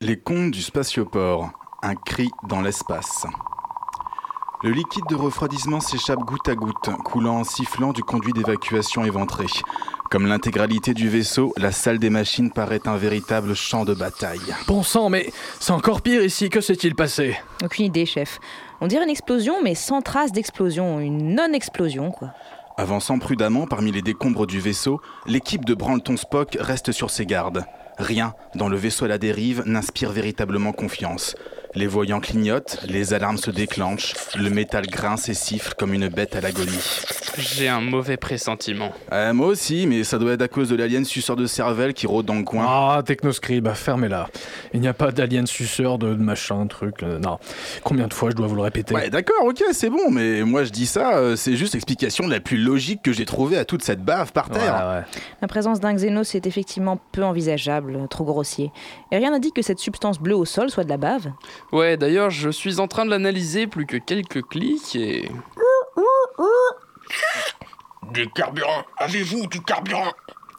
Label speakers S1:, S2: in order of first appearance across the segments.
S1: Les contes du spatioport. Un cri dans l'espace. Le liquide de refroidissement s'échappe goutte à goutte, coulant en sifflant du conduit d'évacuation éventré. Comme l'intégralité du vaisseau, la salle des machines paraît un véritable champ de bataille.
S2: Bon sang, mais c'est encore pire ici, que s'est-il passé
S3: Aucune idée, chef. On dirait une explosion, mais sans trace d'explosion, une non-explosion, quoi.
S1: Avançant prudemment parmi les décombres du vaisseau, l'équipe de Branleton Spock reste sur ses gardes. Rien, dans le vaisseau à la dérive, n'inspire véritablement confiance. Les voyants clignotent, les alarmes se déclenchent, le métal grince et siffle comme une bête à l'agonie.
S4: J'ai un mauvais pressentiment.
S1: Euh, moi aussi, mais ça doit être à cause de l'alien suceur de cervelle qui rôde dans le coin.
S2: Ah, Technoscribe, fermez-la. Il n'y a pas d'alien suceur, de, de machin, truc, euh, non. Combien de fois je dois vous le répéter
S1: Ouais, Eh, d'accord, ok, c'est bon, mais moi je dis ça, euh, c'est juste l'explication la plus logique que j'ai trouvée à toute cette bave par
S2: Ouais,
S1: terre.
S2: ouais.
S3: La présence d'un xénos est effectivement peu envisageable, euh, trop grossier. Et rien n'indique que cette substance bleue au sol soit de la bave.
S4: Ouais, d'ailleurs, je suis en train de l'analyser plus que quelques clics et.
S5: Du carburant. Avez-vous du carburant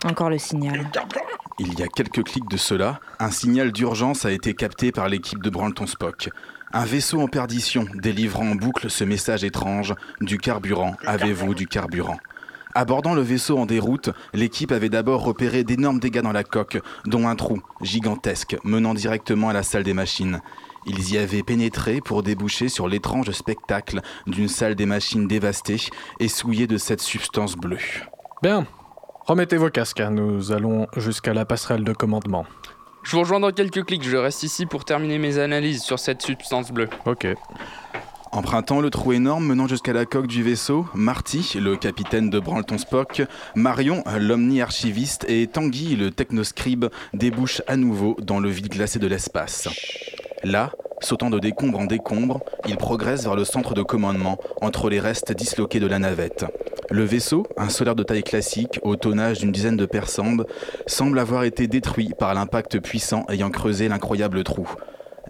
S3: Encore le signal.
S5: Du carburant
S1: Il y a quelques clics de cela, un signal d'urgence a été capté par l'équipe de Branleton Spock. Un vaisseau en perdition délivrant en boucle ce message étrange Du carburant, avez-vous du carburant Abordant le vaisseau en déroute, l'équipe avait d'abord repéré d'énormes dégâts dans la coque, dont un trou gigantesque menant directement à la salle des machines. Ils y avaient pénétré pour déboucher sur l'étrange spectacle d'une salle des machines dévastée et souillée de cette substance bleue.
S2: Bien, remettez vos casques, hein, nous allons jusqu'à la passerelle de commandement.
S4: Je vous rejoins dans quelques clics, je reste ici pour terminer mes analyses sur cette substance bleue.
S2: Ok.
S1: Empruntant le trou énorme menant jusqu'à la coque du vaisseau, Marty, le capitaine de Branleton Spock, Marion, l'omni-archiviste, et Tanguy, le technoscribe, débouchent à nouveau dans le vide glacé de l'espace. Là, sautant de décombre en décombre, ils progressent vers le centre de commandement, entre les restes disloqués de la navette. Le vaisseau, un solaire de taille classique, au tonnage d'une dizaine de persandes, semble avoir été détruit par l'impact puissant ayant creusé l'incroyable trou.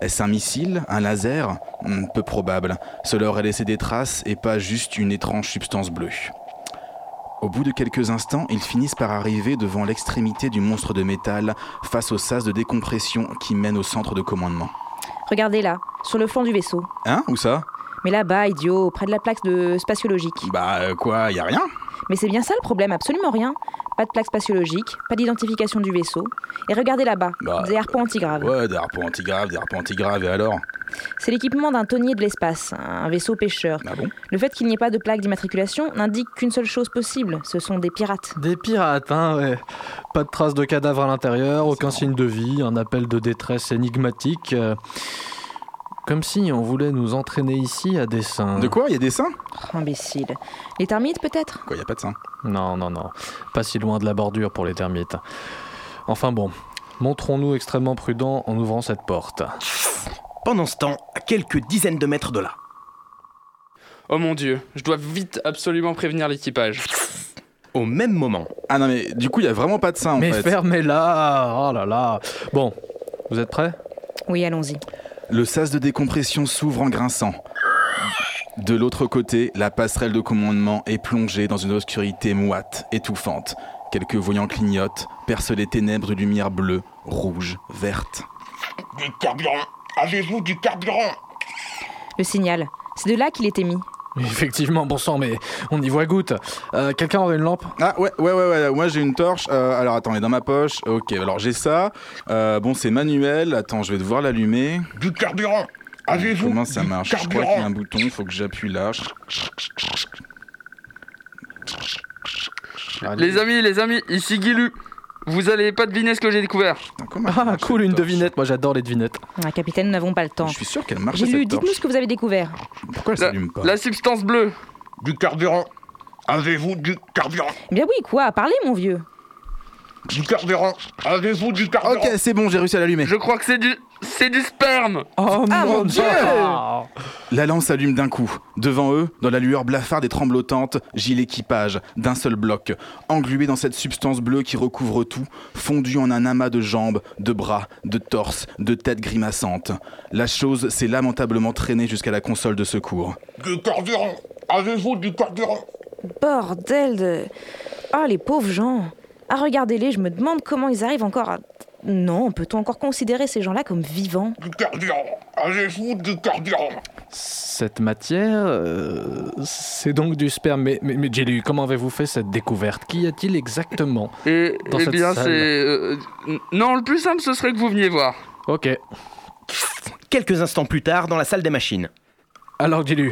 S1: Est-ce un missile Un laser Hmm, Peu probable. Cela aurait laissé des traces et pas juste une étrange substance bleue. Au bout de quelques instants, ils finissent par arriver devant l'extrémité du monstre de métal face au sas de décompression qui mène au centre de commandement.
S3: Regardez là, sur le flanc du vaisseau.
S1: Hein Où ça
S3: Mais là-bas, idiot, près de la plaque de spatiologique.
S1: Bah euh, quoi, y a rien
S3: Mais c'est bien ça le problème, absolument rien. Pas de plaque spatiologique, pas d'identification du vaisseau. Et regardez là-bas,
S1: Bah,
S3: des harpons antigraves.
S1: Ouais, des harpons antigraves, des harpons antigraves, et alors
S3: C'est l'équipement d'un tonnier de l'espace, un vaisseau pêcheur.
S1: Ah bon
S3: Le fait qu'il n'y ait pas de plaque d'immatriculation n'indique qu'une seule chose possible, ce sont des pirates.
S2: Des pirates, hein, ouais. Pas de traces de cadavre à l'intérieur, aucun signe de vie, un appel de détresse énigmatique. euh, Comme si on voulait nous entraîner ici à dessein.
S1: De quoi Y a des seins
S3: Oh, imbécile. Les termites peut-être
S1: Quoi, y a pas de seins
S2: Non, non, non. Pas si loin de la bordure pour les termites. Enfin bon, montrons-nous extrêmement prudents en ouvrant cette porte.
S6: Pendant ce temps, à quelques dizaines de mètres de là.
S4: Oh mon dieu, je dois vite absolument prévenir l'équipage.
S6: Au même moment,
S1: Ah non mais du coup y a vraiment pas de seins en
S2: Mais
S1: fait.
S2: fermez-la Oh là là Bon, vous êtes prêts
S3: Oui, allons-y.
S1: Le sas de décompression s'ouvre en grinçant. De l'autre côté, la passerelle de commandement est plongée dans une obscurité moite, étouffante. Quelques voyants clignotent, percent les ténèbres de lumière bleue, rouge, verte.
S5: Du carburant. Avez-vous du carburant
S3: Le signal. C'est de là qu'il était mis.
S2: Effectivement, bon sang, mais on y voit goutte. Euh, Quelqu'un aurait une lampe
S1: Ah ouais, ouais, ouais, ouais, moi j'ai une torche. Euh, alors attends, elle est dans ma poche. Ok, alors j'ai ça. Euh, bon, c'est manuel. Attends, je vais devoir l'allumer.
S5: Du carburant. Avez-vous
S1: Comment ça
S5: du
S1: marche Je crois qu'il y a un
S5: carburant
S1: bouton, faut que j'appuie là.
S2: Ah,
S4: Les amis, les amis, ici Guilu. Vous allez pas deviner ce que j'ai découvert.
S1: Putain, comment elle
S2: Ah,
S1: marche,
S2: cool,
S1: cette
S2: une
S1: torche
S2: devinette. Moi, j'adore les devinettes.
S3: Ah, capitaine, nous n'avons pas le temps.
S1: Je suis sûr qu'elle marche
S3: J'ai lu,
S1: cette
S3: dites-nous
S1: torche.
S3: ce que vous avez découvert.
S1: Pourquoi elle
S4: La-
S1: s'allume pas
S4: La substance bleue.
S5: Du carburant. Avez-vous du carburant
S3: Eh bien oui, quoi, parlez mon vieux.
S5: Du carburant. Avez-vous du carburant
S1: Ah, Ok, c'est bon, j'ai réussi à l'allumer.
S4: Je crois que c'est du. C'est du sperme
S2: Oh
S3: Ah, mon Dieu
S2: Ah.
S1: La lampe s'allume d'un coup. Devant eux, dans la lueur blafarde et tremblotantes, gît l'équipage, d'un seul bloc, englué dans cette substance bleue qui recouvre tout, fondu en un amas de jambes, de bras, de torses, de têtes grimaçantes. La chose s'est lamentablement traînée jusqu'à la console de secours.
S5: Du carburant. Avez-vous du carburant
S3: Ah, Bordel de... Oh, les pauvres gens. Ah, regardez-les, je me demande comment ils arrivent encore à Non, peut-on encore considérer ces gens-là comme vivants
S5: Du carburant Avez-vous du carburant
S2: Cette matière, euh, c'est donc du sperme. Mais, mais, mais Jelly, comment avez-vous fait cette découverte Qu'y a-t-il exactement
S4: Et,
S2: Dans
S4: eh
S2: cette
S4: bien,
S2: salle.
S4: c'est. euh, n- non, le plus simple, ce serait que vous veniez voir.
S2: Ok.
S6: Quelques instants plus tard, dans la salle des machines.
S2: Alors, Jelly,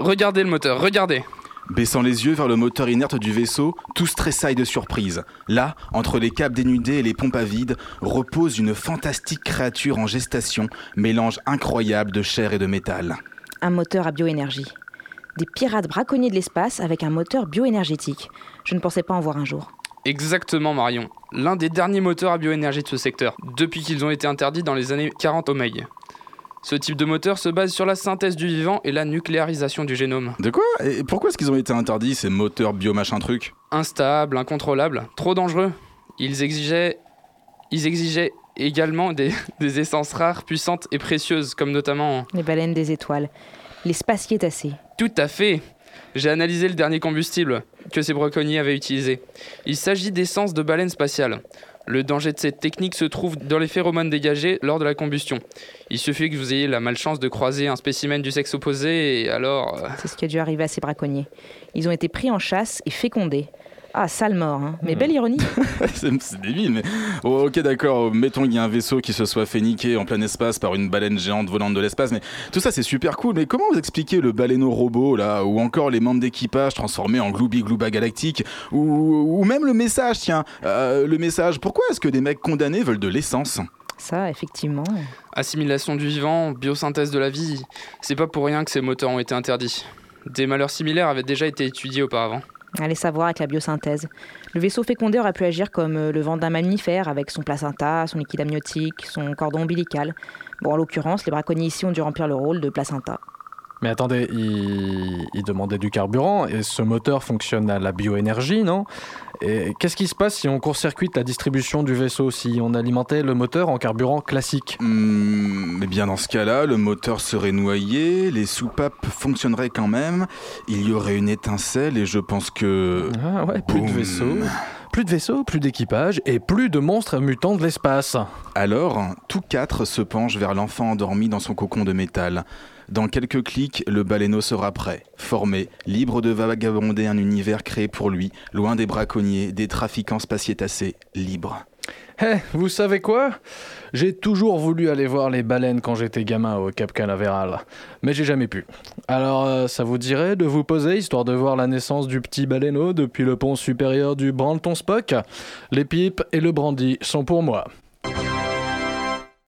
S4: Regardez le moteur, regardez.
S1: Baissant les yeux vers le moteur inerte du vaisseau, tous tressaillent de surprise. Là, entre les câbles dénudés et les pompes à vide, repose une fantastique créature en gestation, mélange incroyable de chair et de métal.
S3: Un moteur à bioénergie. Des pirates braconniers de l'espace avec un moteur bioénergétique. Je ne pensais pas en voir un jour.
S4: Exactement, Marion. L'un des derniers moteurs à bioénergie de ce secteur, depuis qu'ils ont été interdits dans les années 40 au Meille. Ce type de moteur se base sur la synthèse du vivant et la nucléarisation du génome.
S1: De quoi Et pourquoi est-ce qu'ils ont été interdits, ces moteurs biomachin truc
S4: Instable, incontrôlable, trop dangereux. Ils exigeaient, ils exigeaient également des, des essences rares, puissantes et précieuses, comme notamment...
S3: Les baleines des étoiles. Les spaciétacés.
S4: Tout à fait J'ai analysé le dernier combustible que ces braconniers avaient utilisé. Il s'agit d'essence de baleine spatiale. Le danger de cette technique se trouve dans les phéromones dégagés lors de la combustion. Il suffit que vous ayez la malchance de croiser un spécimen du sexe opposé et alors... euh,
S3: C'est ce qui a dû arriver à ces braconniers. Ils ont été pris en chasse et fécondés. Ah, sale mort, hein. mais belle ironie.
S1: C'est c'est débile, mais. Oh, ok, d'accord, mettons qu'il y a un vaisseau qui se soit fait niquer en plein espace par une baleine géante volante de l'espace, mais tout ça c'est super cool, mais comment vous expliquez le baleineau-robot, là, ou encore les membres d'équipage transformés en gloubi-glouba galactique, ou, ou même le message, tiens, euh, le message, pourquoi est-ce que des mecs condamnés veulent de l'essence
S3: Ça, effectivement.
S4: Assimilation du vivant, biosynthèse de la vie, c'est pas pour rien que ces moteurs ont été interdits. Des malheurs similaires avaient déjà été étudiés auparavant.
S3: Allez savoir avec la biosynthèse. Le vaisseau fécondé aurait pu agir comme euh, le vent d'un mammifère, avec son placenta, son liquide amniotique, son cordon ombilical. Bon, en l'occurrence, les braconniers ici ont dû remplir le rôle de placenta.
S2: mais attendez, il, il demandait du carburant et ce moteur fonctionne à la bioénergie, non Et qu'est-ce qui se passe si on court-circuite la distribution du vaisseau, si on alimentait le moteur en carburant classique
S1: Hmm, Eh bien, dans ce cas-là, le moteur serait noyé, les soupapes fonctionneraient quand même, il y aurait une étincelle, et je pense que.
S2: Ah ouais, plus de
S1: Boum.
S2: vaisseaux. Plus de vaisseaux, plus d'équipage et plus de monstres mutants de l'espace.
S1: Alors, tous quatre se penchent vers l'enfant endormi dans son cocon de métal. Dans quelques clics, le baleineau sera prêt, formé, libre de vagabonder un univers créé pour lui, loin des braconniers, des trafiquants spatiétacés, libre.
S2: Eh, vous savez quoi J'ai toujours voulu aller voir les baleines quand j'étais gamin au Cap Canaveral, mais j'ai jamais pu. Alors, euh, ça vous dirait de vous poser histoire de voir la naissance du petit baleineau depuis le pont supérieur du Branleton Spock Les pipes et le brandy sont pour moi.